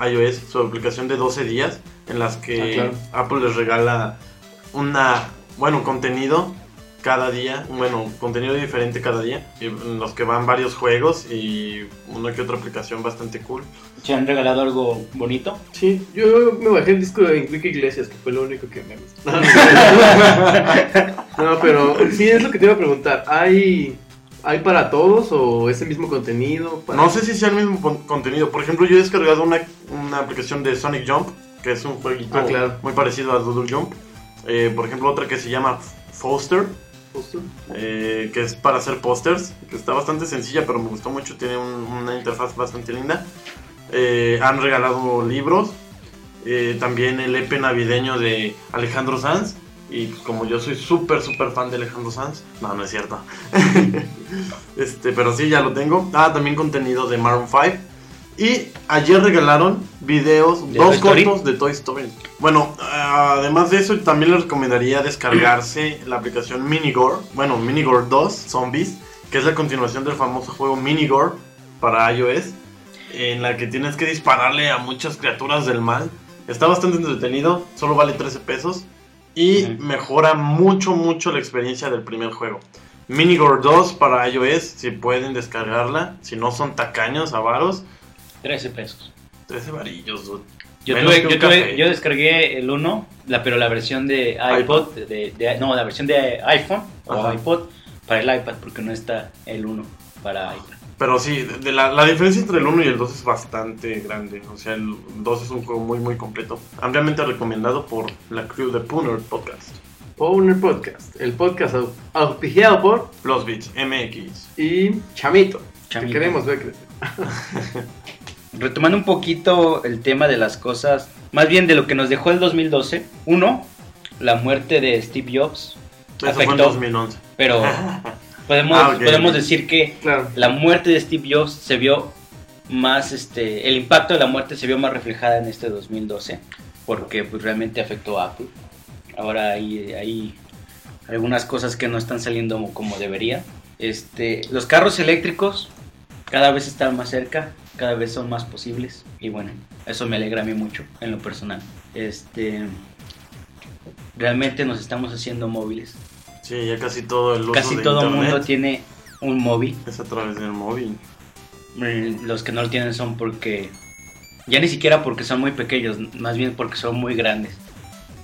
Speaker 2: iOS, su aplicación de 12 días, en las que
Speaker 1: Ah,
Speaker 2: Apple les regala una, bueno, contenido cada día, bueno, contenido diferente cada día, y en los que van varios juegos y una que otra aplicación bastante cool.
Speaker 3: ¿Se han regalado algo bonito?
Speaker 1: Sí, yo me bajé el disco de Enrique Iglesias, que fue lo único que me gustó. No, pero sí es lo que te iba a preguntar. ¿Hay, ¿Hay para todos o es el mismo contenido? Para-
Speaker 2: No sé si sea el mismo con- contenido. Por ejemplo, yo he descargado una, una aplicación de Sonic Jump, que es un jueguito
Speaker 1: Ah, claro.
Speaker 2: muy parecido a Doodle Jump. Eh, por ejemplo, otra que se llama Foster,
Speaker 1: Justo.
Speaker 2: eh, que es para hacer pósters, que está bastante sencilla, pero me gustó mucho. Tiene un- una interfaz bastante linda. Eh, han regalado libros. eh, también el EP navideño de Alejandro Sanz. Y pues, como yo soy súper, súper fan de Alejandro Sanz. No, no es cierto. este, pero sí, ya lo tengo. Ah, también contenido de Maroon 5. Y ayer regalaron videos,
Speaker 3: ¿De
Speaker 2: dos
Speaker 3: Toy Story?
Speaker 2: cortos de Toy Story. Bueno, ah, además de eso, también les recomendaría descargarse la aplicación Minigore. Bueno, Minigore 2, Zombies, que es la continuación del famoso juego Minigore para iOS, en la que tienes que dispararle a muchas criaturas del mal. Está bastante entretenido, solo vale 13 pesos y
Speaker 3: Ujú.
Speaker 2: mejora mucho, mucho la experiencia del primer juego. Minigore 2 para iOS, si pueden descargarla, si no son tacaños, avaros,
Speaker 3: 13 pesos.
Speaker 2: 13 varillos, dude.
Speaker 3: Yo,
Speaker 2: Menos
Speaker 3: tuve-
Speaker 2: que un
Speaker 3: yo, tuve-
Speaker 2: café.
Speaker 3: yo descargué el 1, la, pero la versión de iPod, de, de- no, la versión de iPhone o
Speaker 2: Ajá.
Speaker 3: iPod para el iPad, porque no está el 1 para iPad.
Speaker 2: Pero sí, de- de la, la diferencia entre el 1 y el 2 es bastante grande. O sea, el 2 es un juego muy, muy completo. Ampliamente recomendado por la crew de Pooner Podcast.
Speaker 1: Owner Podcast, el podcast au- auspiciado por
Speaker 2: Los Beats MX.
Speaker 1: y Chamito.
Speaker 3: Chamito.
Speaker 1: Que queremos ver crecer.
Speaker 3: Retomando un poquito el tema de las cosas, más bien de lo que nos dejó el 2012. Uno, la muerte de Steve Jobs,
Speaker 2: Eso fue en
Speaker 3: Afectó.
Speaker 2: 2011.
Speaker 3: pero podemos,
Speaker 2: Ah, ok,
Speaker 3: podemos
Speaker 2: ok.
Speaker 3: decir que
Speaker 1: Claro.
Speaker 3: la muerte de Steve Jobs se vio más, este, el impacto de la muerte se vio más reflejada en este 2012, porque pues, realmente afectó a Apple. Ahora hay, hay algunas cosas que no están saliendo como debería. Este, los carros eléctricos cada vez están más cerca, cada vez son más posibles y bueno, eso me alegra a mí mucho en lo personal. Este, realmente nos estamos haciendo móviles.
Speaker 2: Sí, ya casi todo el uso
Speaker 3: Casi
Speaker 2: de
Speaker 3: todo el
Speaker 2: internet
Speaker 3: mundo tiene un móvil.
Speaker 2: es a través del móvil.
Speaker 3: Eh, Los que no lo tienen son porque. Ya ni siquiera porque son muy pequeños, más bien porque son muy grandes.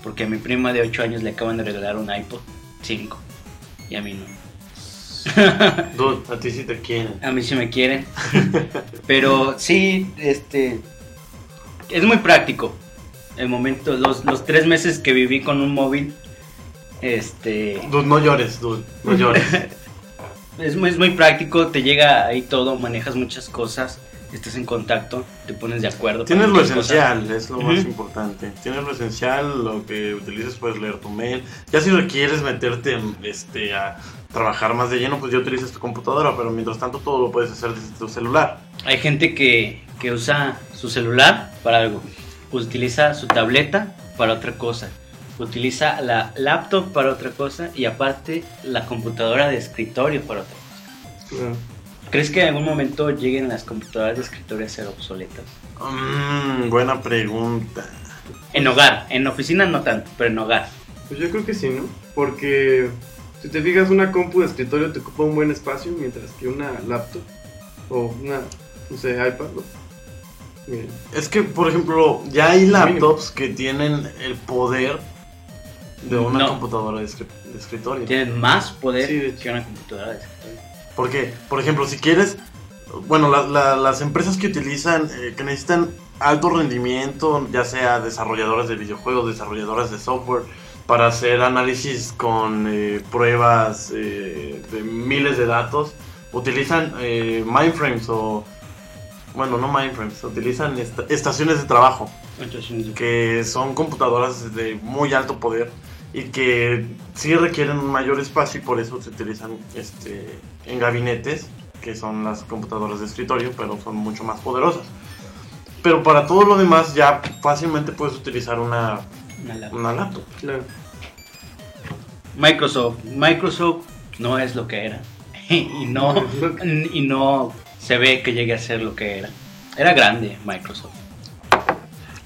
Speaker 3: Porque a mi prima de 8 años le acaban de regalar un iPod 5. Y a mí no.
Speaker 2: Dude, a ti sí te quieren.
Speaker 3: A mí sí me quieren. Pero sí, este. Es muy práctico. El momento, los, los tres meses que viví con un móvil, este.
Speaker 2: Dude, no llores, dude. No llores.
Speaker 3: Es muy, es muy práctico, te llega ahí todo, manejas muchas cosas, estás en contacto, te pones de acuerdo. para
Speaker 2: Tienes lo
Speaker 3: muchas cosas.
Speaker 2: esencial, es lo más
Speaker 3: Ujú.
Speaker 2: importante. Tienes lo esencial, lo que utilizas puedes leer tu mail. Ya si requieres meterte este, a trabajar más de lleno, pues ya utilizas tu computadora, pero mientras tanto todo lo puedes hacer desde tu celular.
Speaker 3: Hay gente que, que usa su celular para algo, utiliza su tableta para otra cosa, utiliza la laptop para otra cosa y aparte la computadora de escritorio para otra cosa.
Speaker 1: claro.
Speaker 3: ¿Crees que en algún momento lleguen las computadoras de escritorio a ser obsoletas?
Speaker 2: Mm, buena pregunta.
Speaker 3: En hogar, en oficina no tanto, pero en hogar.
Speaker 1: Pues yo creo que sí, ¿no? Porque si te fijas, una compu de escritorio te ocupa un buen espacio, mientras que una laptop o una, no sé, iPad. ¿no? Eh,
Speaker 2: Es que, por ejemplo, ya hay
Speaker 1: Mínimo.
Speaker 2: laptops que tienen el poder de una
Speaker 3: No.
Speaker 2: computadora de, escri- de escritorio.
Speaker 3: Tienen más poder
Speaker 1: Sí, de hecho.
Speaker 3: que una computadora de escritorio.
Speaker 2: Porque, por ejemplo, si quieres, bueno, la- la- las empresas que utilizan, eh, que necesitan alto rendimiento, ya sea desarrolladores de videojuegos, desarrolladoras de software, para hacer análisis con eh, pruebas eh, de miles de datos, utilizan eh, mainframes o, bueno, no mainframes, utilizan esta- estaciones de trabajo
Speaker 3: Entonces,
Speaker 2: que son computadoras de muy alto poder y que sí requieren un mayor espacio y por eso se utilizan este, en gabinetes, que son las computadoras de escritorio, pero son mucho más poderosas. Pero para todo lo demás ya fácilmente puedes utilizar una,
Speaker 3: una laptop.
Speaker 2: una laptop.
Speaker 1: claro.
Speaker 3: Microsoft. Microsoft no es lo que era. y no, y no se ve que llegue a ser lo que era. Era grande Microsoft.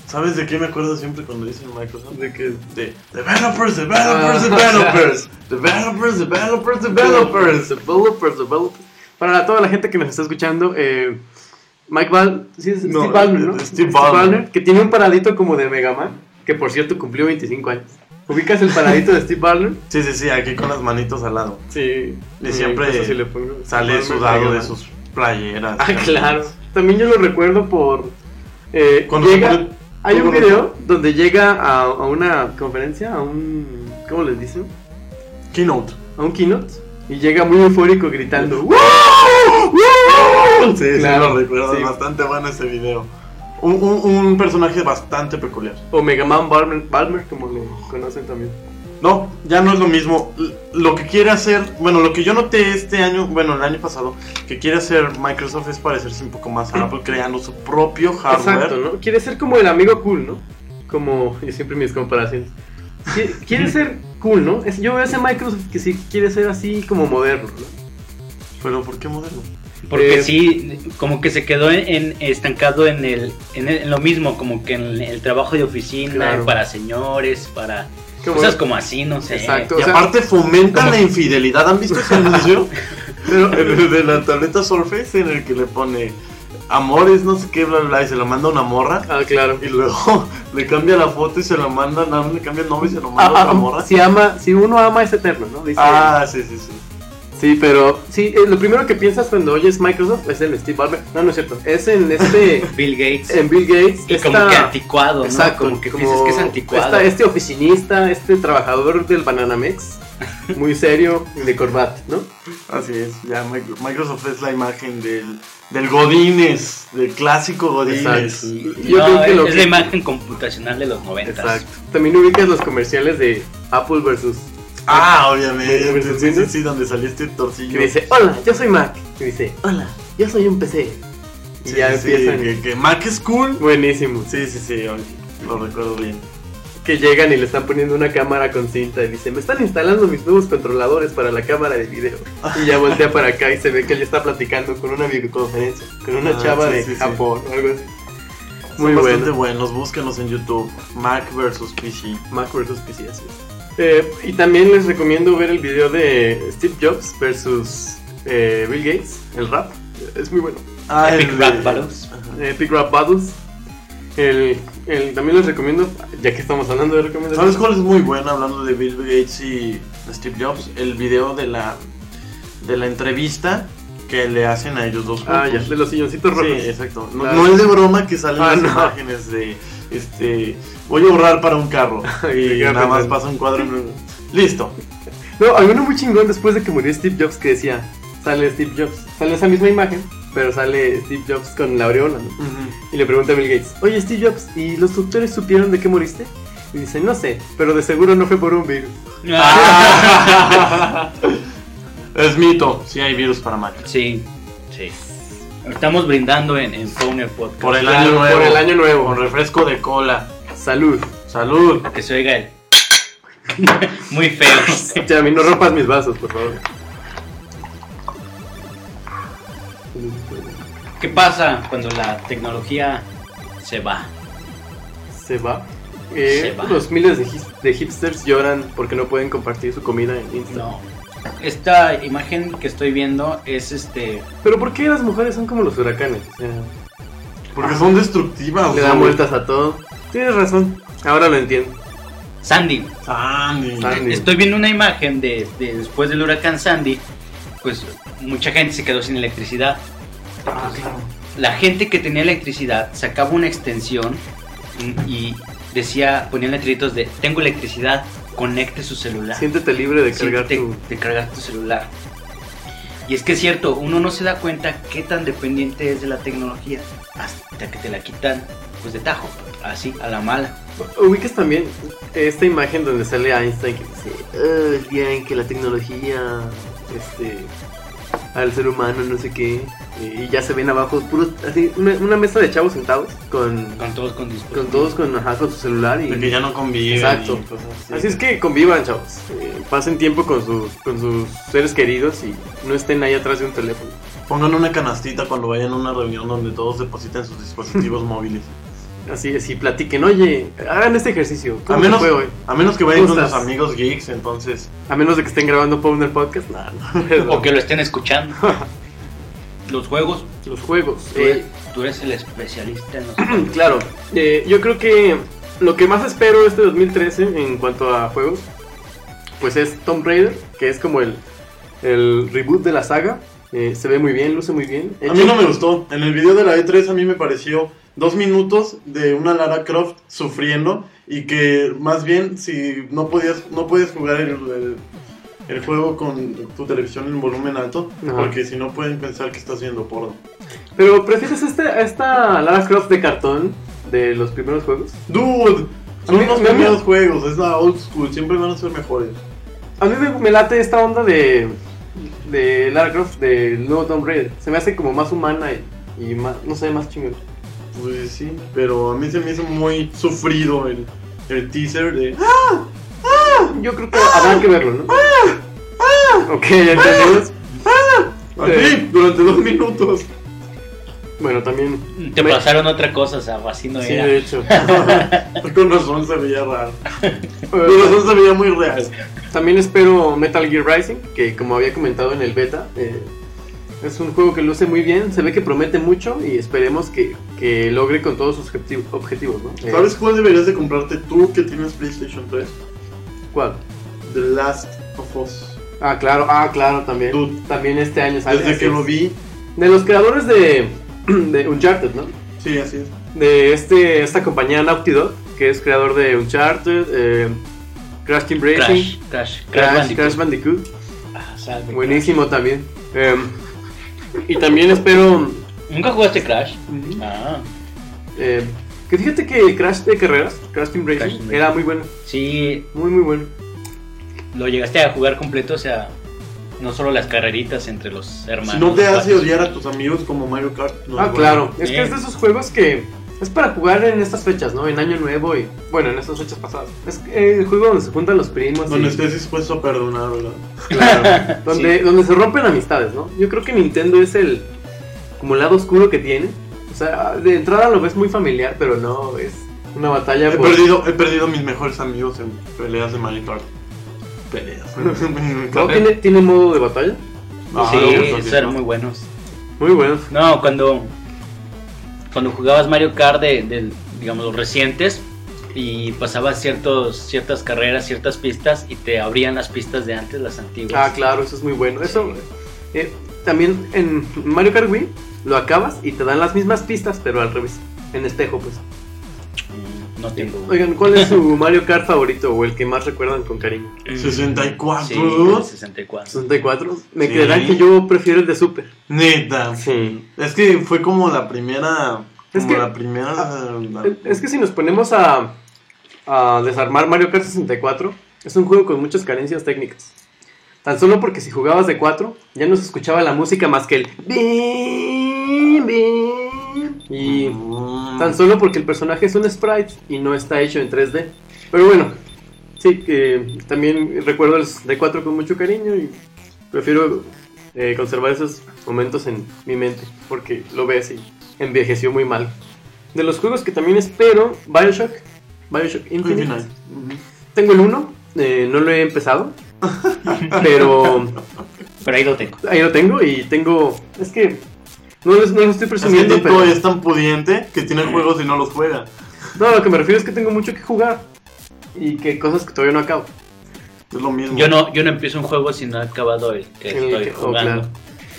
Speaker 2: ¿Sabes de qué me acuerdo siempre cuando dicen Microsoft? De que de developers, developers, developers, Ah. developers, developers, developers.
Speaker 1: Developers, developers. Para toda la gente que nos está escuchando, eh, Mike Bal sí, es
Speaker 2: No,
Speaker 1: Steve Ballmer, ¿no?
Speaker 2: Steve Ballmer.
Speaker 1: que tiene un paradito como de Mega Man, que por cierto cumplió 25 años. ¿Ubicas el paradito de Steve Ballmer? Mm,
Speaker 2: Sí, sí, sí, aquí con las manitos al lado.
Speaker 1: Sí.
Speaker 2: Y siempre Sale sudado de sus playeras.
Speaker 1: Ah,
Speaker 2: camisetas.
Speaker 1: claro. También yo lo recuerdo por. eh,
Speaker 2: Cuando
Speaker 1: llega-
Speaker 2: se pone-
Speaker 1: hay un
Speaker 2: cuando-
Speaker 1: video donde llega a, a una conferencia, a un. ¿Cómo les dicen?
Speaker 2: Keynote.
Speaker 1: A un keynote. Y llega muy eufórico gritando. "¡Woo!".
Speaker 2: Sí,
Speaker 1: Claro,
Speaker 2: sí, lo recuerdo.
Speaker 1: sí.
Speaker 2: Bastante bueno ese video. Un, un- un personaje bastante peculiar.
Speaker 1: O Mega Man Balmer, Balmer, como lo conocen también.
Speaker 2: No, ya no es lo mismo. L- Lo que quiere hacer, bueno, lo que yo noté este año, bueno, el año pasado, que quiere hacer Microsoft es parecerse un poco más a Apple, creando su propio hardware.
Speaker 1: Exacto, ¿no? Quiere ser como el amigo cool, ¿no? Como yo siempre mis comparaciones. Qui- Quiere ser cool, ¿no? Es- Yo veo ese Microsoft que sí quiere ser así como moderno, ¿no?
Speaker 2: Pero ¿por qué moderno?
Speaker 3: Porque
Speaker 1: Eh,
Speaker 3: sí, como que se quedó en, en- estancado en, el, en, el- en lo mismo, como que en el, el trabajo de oficina,
Speaker 1: Claro.
Speaker 3: para señores, para
Speaker 1: Como-
Speaker 3: cosas como así, no sé.
Speaker 1: Exacto.
Speaker 2: Y
Speaker 1: O sea-
Speaker 2: aparte fomentan
Speaker 3: ¿Cómo?
Speaker 2: la infidelidad. ¿Han visto ese anuncio de de la tableta Surface en el que le pone amores, no sé qué, bla, bla, bla, y se lo manda una morra?
Speaker 1: Ah, claro.
Speaker 2: Y luego le cambia la foto y se lo manda, nada más le cambia el nombre y se lo manda a
Speaker 1: Ah,
Speaker 2: otra
Speaker 1: ah,
Speaker 2: morra.
Speaker 1: si ama, si uno ama es eterno, ¿no? Dice-
Speaker 2: Ah, sí, sí, sí.
Speaker 1: Sí, pero sí, eh, lo primero que piensas cuando oyes Microsoft es en Steve Ballmer. No, no es cierto. Es en este
Speaker 3: Bill Gates.
Speaker 1: en Bill Gates.
Speaker 3: y
Speaker 1: esta-
Speaker 3: como que anticuado,
Speaker 1: Exacto,
Speaker 3: ¿no? Como que piensas que es anticuado.
Speaker 1: esta- este oficinista, este trabajador del Bananamex, muy serio y de corbat, ¿no?
Speaker 2: Así es, ya Mic- Microsoft es la imagen del, del Godines, del clásico Godines.
Speaker 1: Exacto.
Speaker 3: Yo
Speaker 1: Yo
Speaker 3: no,
Speaker 1: creo que
Speaker 3: es,
Speaker 1: lo
Speaker 3: es
Speaker 1: que-
Speaker 3: la imagen computacional de los noventas.
Speaker 1: Exacto. También ubicas los comerciales de Apple versus
Speaker 2: Ah, obviamente.
Speaker 1: ¿Versus
Speaker 2: Sí, sí,
Speaker 1: Windows?
Speaker 2: sí, donde salió este torcillo.
Speaker 1: que dice, "Hola, yo soy Mac." Y dice, "Hola, yo soy un PC." Y
Speaker 2: Sí,
Speaker 1: ya
Speaker 2: sí, sí,
Speaker 1: empiezan
Speaker 2: que, que Mac es cool.
Speaker 1: buenísimos.
Speaker 2: Sí, sí, sí, oye, lo recuerdo bien.
Speaker 1: que llegan y le están poniendo una cámara con cinta y dice, me están instalando mis nuevos controladores para la cámara de video. Y ya voltea para acá y se ve que él está platicando con una videoconferencia, con una
Speaker 2: Ah,
Speaker 1: chava
Speaker 2: sí,
Speaker 1: de
Speaker 2: sí, sí.
Speaker 1: Japón o algo así. Muy
Speaker 2: Muy bastante
Speaker 1: bueno.
Speaker 2: buenos, búsquenos en YouTube. Mac versus PC.
Speaker 1: Mac versus PC, así es. Eh, y también les recomiendo ver el video de Steve Jobs versus eh, Bill Gates, el rap. Es muy bueno.
Speaker 2: Ah,
Speaker 3: Epic
Speaker 2: el de-
Speaker 3: Rap Battles.
Speaker 2: Ah.
Speaker 1: Epic Rap Battles. El, el- también les recomiendo, ya que estamos hablando de recomendaciones.
Speaker 2: ¿Sabes cuál Ah, es muy buena hablando de Bill Gates y Steve Jobs? El video de la, de la entrevista que le hacen a ellos dos
Speaker 1: Ah, ya,
Speaker 2: juntos.
Speaker 1: de los silloncitos
Speaker 2: Sí,
Speaker 1: rojos.
Speaker 2: exacto. No,
Speaker 1: Claro.
Speaker 2: no es de broma que salen
Speaker 1: Ah,
Speaker 2: las
Speaker 1: no.
Speaker 2: imágenes de este voy a ahorrar para un carro
Speaker 1: Y
Speaker 2: y
Speaker 1: queda
Speaker 2: nada más
Speaker 1: pensando.
Speaker 2: pasa un cuadro en- listo.
Speaker 1: No, hay uno muy chingón después de que murió Steve Jobs que decía, sale Steve Jobs, sale esa misma imagen, pero sale Steve Jobs con la aureola, ¿no? Y le pregunta a Bill Gates, oye Steve Jobs, ¿y los doctores supieron de qué moriste? Y dice, no sé, pero de seguro no fue por un virus.
Speaker 2: Ah. es mito, si hay virus para Mac.
Speaker 3: Sí, sí. Estamos brindando en, en Fowner Podcast.
Speaker 2: Por el
Speaker 1: Claro,
Speaker 2: año nuevo.
Speaker 1: Por el año
Speaker 2: Con
Speaker 1: nuevo.
Speaker 2: refresco de cola.
Speaker 1: Salud.
Speaker 2: Salud.
Speaker 3: Que se oiga el... Muy feo.
Speaker 1: Ya, a mí no rompas mis vasos, por favor.
Speaker 3: ¿Qué pasa cuando la tecnología se va?
Speaker 1: Se va. Eh,
Speaker 3: Se va.
Speaker 1: Los miles de, hip- de hipsters lloran porque no pueden compartir su comida en Instagram.
Speaker 3: No. Esta imagen que estoy viendo es este.
Speaker 1: Pero ¿por qué las mujeres son como los huracanes? O sea,
Speaker 2: Porque son destructivas.
Speaker 1: Le
Speaker 2: güey.
Speaker 1: dan vueltas a todo. Ah, Tienes razón. Ahora lo entiendo.
Speaker 3: Sandy.
Speaker 2: Sandy.
Speaker 1: Sandy.
Speaker 3: Estoy viendo una imagen de, de después del huracán Sandy. Pues mucha gente se quedó sin electricidad.
Speaker 2: Ah, claro.
Speaker 3: La gente que tenía electricidad sacaba una extensión mm, y decía, ponían letritos de tengo electricidad, conecte su celular.
Speaker 1: Siéntete libre de cargar
Speaker 3: Siéntete-
Speaker 1: tu.
Speaker 3: de cargar tu celular. Y es que es cierto, uno no se da cuenta qué tan dependiente es de la tecnología hasta que te la quitan, pues de tajo, así, a la mala.
Speaker 1: Ubicas también esta imagen donde sale Einstein que dice:
Speaker 4: Eh, el día en que la tecnología
Speaker 1: Este. al ser humano, no sé qué. eh, Y ya se ven abajo puros, así, una, una mesa de chavos sentados con,
Speaker 3: Con todos con dispositivos.
Speaker 1: con todos con, ajá, con su celular y...
Speaker 2: De que ya no conviven.
Speaker 1: Exacto.
Speaker 2: y cosas así.
Speaker 1: Así es que convivan, chavos. Eh, pasen tiempo con sus, con sus seres queridos y no estén ahí atrás de un teléfono.
Speaker 2: Pongan una canastita cuando vayan a una reunión donde todos depositen sus dispositivos móviles.
Speaker 1: Así es, y platiquen, oye, hagan este ejercicio.
Speaker 2: A
Speaker 1: ¿Cómo se
Speaker 2: menos,
Speaker 1: fue hoy?
Speaker 2: a menos que vayan
Speaker 1: ¿Cómo
Speaker 2: con sus
Speaker 1: estás?
Speaker 2: amigos geeks, entonces.
Speaker 1: A menos de que estén grabando Powner Podcast, nada, no.
Speaker 3: O que lo estén escuchando. Los juegos,
Speaker 1: Los juegos.
Speaker 3: tú,
Speaker 1: eh,
Speaker 3: eres, tú eres el especialista en los
Speaker 1: claro, eh, yo creo que lo que más espero este 2013 en cuanto a juegos, pues es Tomb Raider, que es como el, el reboot de la saga. Eh, se ve muy bien, luce muy bien.
Speaker 2: A mí no me gustó. En el video de la E3 a mí me pareció dos minutos de una Lara Croft sufriendo y que más bien si no podías no puedes jugar el, el- el juego con tu televisión en volumen alto
Speaker 1: Ajá.
Speaker 2: porque si no pueden pensar que estás viendo porno.
Speaker 1: Pero prefieres este, a esta Lara Croft de cartón de los primeros juegos.
Speaker 2: Dude,
Speaker 1: A
Speaker 2: son
Speaker 1: mí-
Speaker 2: los
Speaker 1: a mí me-
Speaker 2: primeros juegos, es la old school, siempre van a ser mejores.
Speaker 1: A mí me, me late esta onda de, de Lara Croft del nuevo Tomb Raider. Se me hace como más humana y, y más, no sé, más chingón.
Speaker 2: Pues sí, pero a mí se me hizo muy sufrido el, el teaser de
Speaker 1: Ah, Yo creo que habrá que verlo, ¿no? Ok, ya entendimos.
Speaker 2: así durante dos minutos.
Speaker 1: Bueno, también.
Speaker 3: Te
Speaker 1: Me-
Speaker 3: pasaron otra cosa, o sea, así no
Speaker 1: Sí,
Speaker 3: era.
Speaker 1: de hecho.
Speaker 2: Con razón se veía raro. Con razón se veía muy real.
Speaker 1: También espero Metal Gear Rising, que como había comentado en el beta, eh, es un juego que luce muy bien, se ve que promete mucho y esperemos que, que logre con todos sus objeti- objetivos, ¿no? Eh,
Speaker 2: ¿Sabes cuál deberías de comprarte tú que tienes PlayStation 3?
Speaker 1: cuál?
Speaker 2: The Last of Us.
Speaker 1: Ah, claro, ah, claro, también.
Speaker 2: Dude.
Speaker 1: También este año sale.
Speaker 2: Desde
Speaker 1: así
Speaker 2: que
Speaker 1: es.
Speaker 2: lo vi,
Speaker 1: De los creadores de, de Uncharted, ¿no?
Speaker 2: sí, así es.
Speaker 1: De este, esta compañía Naughty Dog, que es creador de Uncharted, eh, Crash Team Racing,
Speaker 3: Crash, Crash, Crash,
Speaker 1: Crash- Crash
Speaker 3: Bandicoot.
Speaker 1: Bandicoot.
Speaker 3: Ah, salve,
Speaker 1: Buenísimo también. Em, y también espero.
Speaker 3: Crash. ¿Nunca jugaste Crash? Ah,
Speaker 1: em, que fíjate que el Crash de carreras, Crash Team Racing,
Speaker 3: Crash Team
Speaker 1: era muy bueno.
Speaker 3: sí,
Speaker 1: Muy, muy bueno.
Speaker 3: lo llegaste a jugar completo, o sea, no solo las carreritas entre los hermanos.
Speaker 2: Si no te hace
Speaker 3: cuates.
Speaker 2: odiar a tus amigos como Mario Kart. no
Speaker 1: ah,
Speaker 2: es bueno.
Speaker 1: claro. Es que
Speaker 3: Bien.
Speaker 1: es de esos juegos que. Es para jugar en estas fechas, ¿no? En Año Nuevo y. Bueno, en estas fechas pasadas. Es que, eh, el juego donde se juntan los primos.
Speaker 2: Donde
Speaker 1: y-
Speaker 2: estés dispuesto a perdonar, ¿verdad?
Speaker 1: Claro, donde,
Speaker 3: Sí.
Speaker 1: donde se rompen amistades, ¿no? Yo creo que Nintendo es el como el lado oscuro que tiene. O sea, de entrada lo ves muy familiar, pero no, es una batalla
Speaker 2: He
Speaker 3: Pues,
Speaker 1: por...
Speaker 2: perdido, he perdido mis mejores amigos en peleas de Mario Kart. Peleas.
Speaker 1: ¿No? ¿Tiene, tiene modo de batalla?
Speaker 2: Ah,
Speaker 3: sí,
Speaker 2: no, no, no,
Speaker 3: esos
Speaker 2: no.
Speaker 3: eran muy buenos.
Speaker 1: Muy bueno.
Speaker 3: No, cuando cuando jugabas Mario Kart de, del- digamos los recientes y pasabas ciertos ciertas carreras, ciertas pistas y te abrían las pistas de antes, las antiguas.
Speaker 1: Ah, claro, eso es muy bueno. Eso eh, también en Mario Kart Wii lo acabas y te dan las mismas pistas, pero al revés, en espejo, pues.
Speaker 3: Mm, No tengo.
Speaker 1: Oigan, ¿cuál es su Mario Kart favorito o el que más recuerdan con cariño?
Speaker 3: Mm,
Speaker 2: 64.
Speaker 3: Sí, el 64.
Speaker 1: 64. Me
Speaker 2: Sí.
Speaker 1: creerán que yo prefiero el de Super.
Speaker 2: Neta.
Speaker 1: Sí.
Speaker 2: Es que fue como la primera.
Speaker 1: Es
Speaker 2: Como
Speaker 1: que- ah,
Speaker 2: la primera.
Speaker 1: Es que si nos ponemos a, a desarmar Mario Kart 64, es un juego con muchas carencias técnicas. Tan solo porque si jugabas de 4, ya no se escuchaba la música más que el bim, bim. Y
Speaker 2: Mm.
Speaker 1: tan solo porque el personaje es un sprite y no está hecho en 3D. Pero bueno, sí, que también recuerdo el de 4 con mucho cariño y prefiero eh, conservar esos momentos en mi mente porque lo ves y envejeció muy mal. De los juegos que también espero, Bioshock, Bioshock Infinite.
Speaker 2: Infinite. Ujú.
Speaker 1: Tengo el 1, eh, no lo he empezado, pero
Speaker 3: Pero ahí lo tengo.
Speaker 1: ahí lo tengo y tengo... Es que no, les- no lo estoy
Speaker 2: Es que
Speaker 1: presumiendo,
Speaker 2: Tito
Speaker 1: pero...
Speaker 2: es tan pudiente que tiene
Speaker 3: Mm.
Speaker 2: juegos y no los juega.
Speaker 1: No, a lo que me refiero es que tengo mucho que jugar y que cosas que todavía no acabo.
Speaker 2: Es lo mismo.
Speaker 3: Yo no yo no empiezo un juego si no he acabado el que
Speaker 1: Sí,
Speaker 3: estoy
Speaker 1: que- oh,
Speaker 3: jugando.
Speaker 1: claro.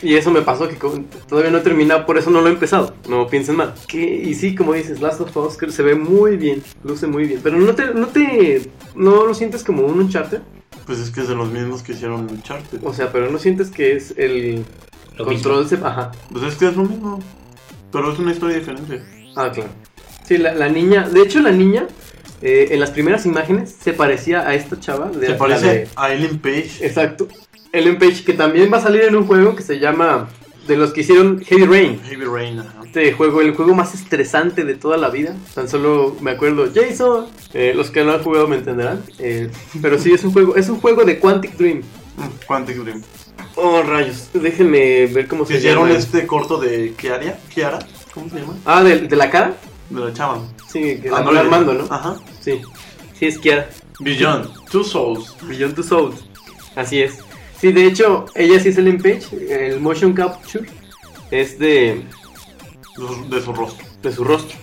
Speaker 1: Y eso me pasó que con- todavía no he terminado, por eso no lo he empezado. No piensen mal. Que, y sí, como dices, Last of Us creo, se ve muy bien, luce muy bien. Pero no te, no te, no lo sientes como un Uncharted.
Speaker 2: Pues es que es de los mismos que hicieron Uncharted.
Speaker 1: O sea, pero no sientes que es el
Speaker 3: Lo
Speaker 1: control se baja.
Speaker 2: Pues es que es lo mismo. Pero es una historia diferente.
Speaker 1: Ah, claro. Sí, la, la niña, de hecho la niña, eh, en las primeras imágenes se parecía a esta chava. De,
Speaker 2: Se
Speaker 1: la
Speaker 2: parece
Speaker 1: de-
Speaker 2: a Ellen Page.
Speaker 1: exacto. Ellen Page, que también va a salir en un juego que se llama. De los que hicieron Heavy Rain.
Speaker 2: Heavy Rain, ajá.
Speaker 1: Este juego, el juego más estresante de toda la vida. Tan solo me acuerdo, Jason. Eh, los que no han jugado me entenderán. Eh, pero sí, es un juego. Es un juego de Quantic Dream.
Speaker 2: Mm, Quantic Dream.
Speaker 1: Oh, rayos. Déjenme ver cómo se
Speaker 2: Hicieron
Speaker 1: llama.
Speaker 2: este corto de Kiara, Kiara, ¿cómo se llama?
Speaker 1: Ah, ¿de, de la cara.
Speaker 2: De la chava.
Speaker 1: Sí, que la
Speaker 2: Ah,
Speaker 1: andaba armando, ¿no?
Speaker 2: Ajá.
Speaker 1: Sí. Sí, es Kiara.
Speaker 2: Beyond, Two Souls.
Speaker 1: Beyond Two Souls. Así es. Sí, de hecho, ella sí es Ellen Page. El motion capture es de,
Speaker 2: de su- De su rostro.
Speaker 1: de su rostro.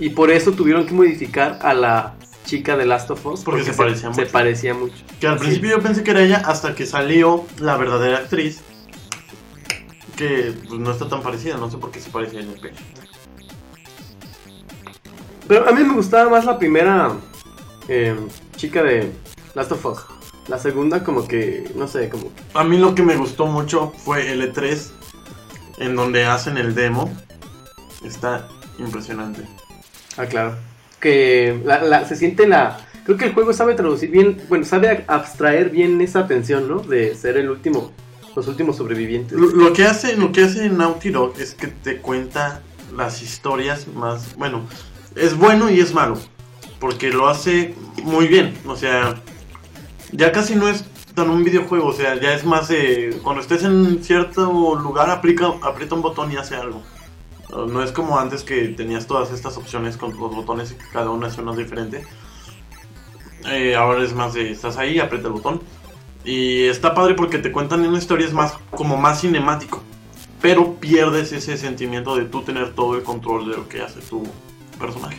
Speaker 1: Y por eso tuvieron que modificar a la chica de Last of Us.
Speaker 2: Porque se parecía
Speaker 1: se
Speaker 2: mucho.
Speaker 1: parecía mucho.
Speaker 2: Que al
Speaker 1: Sí.
Speaker 2: principio yo pensé que era ella hasta que salió la verdadera actriz. Que pues, no está tan parecida, no sé por qué se parece a Ellen Page.
Speaker 1: Pero a mí me gustaba más la primera eh, chica de Last of Us. La segunda como que, no sé, como...
Speaker 2: A mí lo que me gustó mucho fue L3, en donde hacen el demo. Está impresionante.
Speaker 1: Ah, claro. Que la- la- se siente la... Creo que el juego sabe traducir bien, bueno, sabe a- abstraer bien esa tensión, ¿no? De ser el último, los últimos sobrevivientes.
Speaker 2: Lo, lo que hace, lo que hace Naughty Dog es que te cuenta las historias más, bueno, es bueno y es malo, porque lo hace muy bien, o sea, ya casi no es tan un videojuego, o sea, ya es más de cuando estés en cierto lugar aplica, aprieta un botón y hace algo. Uh, No es como antes que tenías todas estas opciones con los botones y que cada una hacía una diferente. Eh, ahora es más de estás ahí, aprieta el botón y está padre porque te cuentan una historia es más como más cinemático. Pero pierdes ese sentimiento de tú tener todo el control de lo que hace tu personaje.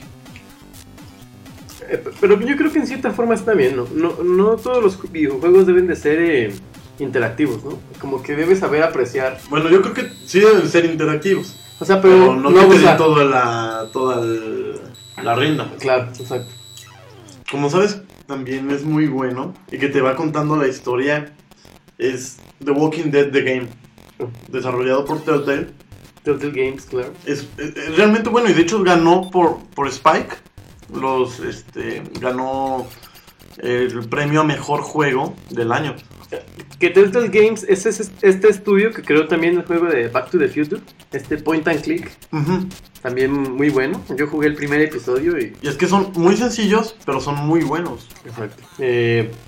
Speaker 1: Eh, p- Pero yo creo que en cierta forma está bien, ¿no? No, no todos los ju- videojuegos deben de ser eh, interactivos, ¿no? Como que debes saber apreciar.
Speaker 2: Bueno, yo creo que sí deben ser interactivos.
Speaker 1: O sea, pero,
Speaker 2: Pero, no,
Speaker 1: no
Speaker 2: que te den
Speaker 1: abusar.
Speaker 2: toda la, toda el- la rienda.
Speaker 1: Claro, exacto.
Speaker 2: Como sabes, también es muy bueno y que te va contando la historia es The Walking Dead The Game. Desarrollado por Telltale.
Speaker 1: Turtle Games, claro.
Speaker 2: es, es- es realmente bueno y de hecho ganó por, por Spike los este ganó eh, el premio a mejor juego del año
Speaker 1: Que Turtle Games es ese- este estudio que creó también el juego de Back to the Future, este point and click,
Speaker 2: Ujú.
Speaker 1: también muy bueno. Yo jugué el primer episodio y...
Speaker 2: y es que son muy sencillos pero son muy buenos
Speaker 1: Exacto.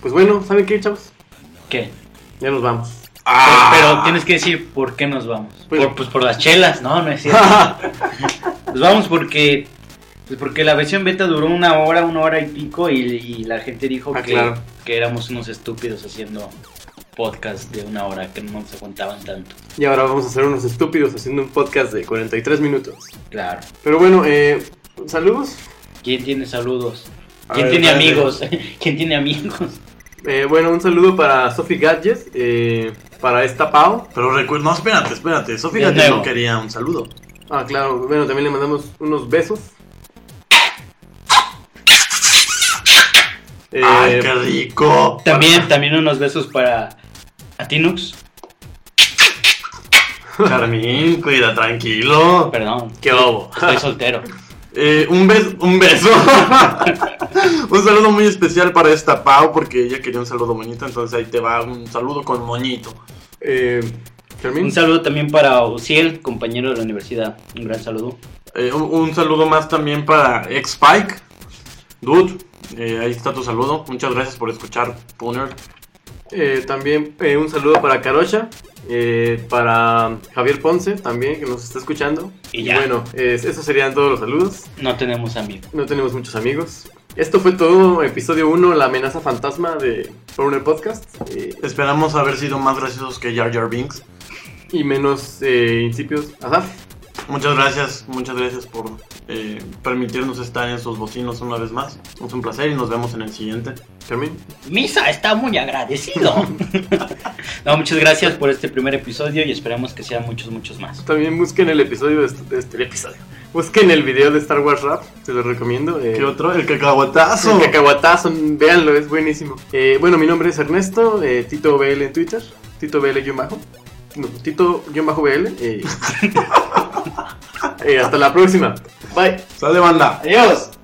Speaker 1: pues bueno, ¿saben qué, chavos?
Speaker 3: ¿Qué?
Speaker 1: Ya nos vamos.
Speaker 2: Ah.
Speaker 3: Pero, pero tienes que decir por qué nos vamos.
Speaker 1: Pues-
Speaker 3: por, pues por las chelas, no, no es cierto. nos vamos porque. pues porque la versión beta duró una hora, una hora y pico y, y la gente dijo
Speaker 1: Ah,
Speaker 3: que,
Speaker 1: claro.
Speaker 3: que éramos unos estúpidos haciendo podcast de una hora que no se contaban tanto.
Speaker 1: y ahora vamos a ser unos estúpidos haciendo un podcast de 43 minutos.
Speaker 3: Claro.
Speaker 1: Pero bueno, eh, saludos.
Speaker 3: ¿Quién tiene saludos?
Speaker 2: A
Speaker 3: ¿Quién
Speaker 2: ver,
Speaker 3: tiene
Speaker 2: espérate.
Speaker 3: amigos? ¿Quién tiene amigos?
Speaker 1: Eh, bueno, un saludo para Sophie Gadget, eh, para esta Pau.
Speaker 2: pero recuerda no espérate espérate Sofi
Speaker 3: De
Speaker 2: Gadget no
Speaker 3: nuevo.
Speaker 2: quería un saludo
Speaker 1: Ah, claro, bueno, también le mandamos unos besos. Eh,
Speaker 2: ay qué rico
Speaker 3: También, también unos besos para Atinux.
Speaker 2: Carmín cuida tranquilo
Speaker 3: Perdón,
Speaker 2: qué bobo
Speaker 3: estoy soltero.
Speaker 2: Eh, un beso, un beso. un saludo muy especial para esta Pau porque ella quería un saludo moñito, entonces ahí te va un saludo con moñito.
Speaker 1: eh,
Speaker 3: Un
Speaker 1: Fermín.
Speaker 3: saludo también para Ociel, compañero de la universidad. Un gran saludo.
Speaker 2: Eh, un, un saludo más también para ex Pike. Dude, eh, ahí está tu saludo. Muchas gracias por escuchar, Puner.
Speaker 1: Eh, también eh, un saludo para Carocha, eh, para Javier Ponce también, que nos está escuchando.
Speaker 3: Y ya.
Speaker 1: bueno, eh, esos serían todos los saludos.
Speaker 3: No tenemos amigos.
Speaker 1: No tenemos muchos amigos. Esto fue todo, episodio 1, la amenaza fantasma de Foreigner Podcast. eh,
Speaker 2: Esperamos haber sido más graciosos que Jar Jar Binks.
Speaker 1: y menos eh, incipios. Azaf.
Speaker 2: Muchas gracias, muchas gracias por eh, permitirnos estar en sus bocinos una vez más. Es un placer y nos vemos en el siguiente.
Speaker 1: Fermín.
Speaker 3: Misa está muy agradecido. no, muchas gracias por este primer episodio y esperamos que sean muchos, muchos más.
Speaker 1: También busquen el episodio de este, de este- el episodio. Busquen el video de Star Wars Rap, te lo recomiendo. eh,
Speaker 2: ¿Qué otro? El cacahuatazo.
Speaker 1: El cacahuatazo, véanlo, es buenísimo. Eh, bueno, mi nombre es Ernesto, eh, Tito BL en Twitter, Tito BL guión bajo. No, Tito guión bajo BL. eh. Eh, hasta la próxima. Bye.
Speaker 2: Sale banda.
Speaker 3: Adiós.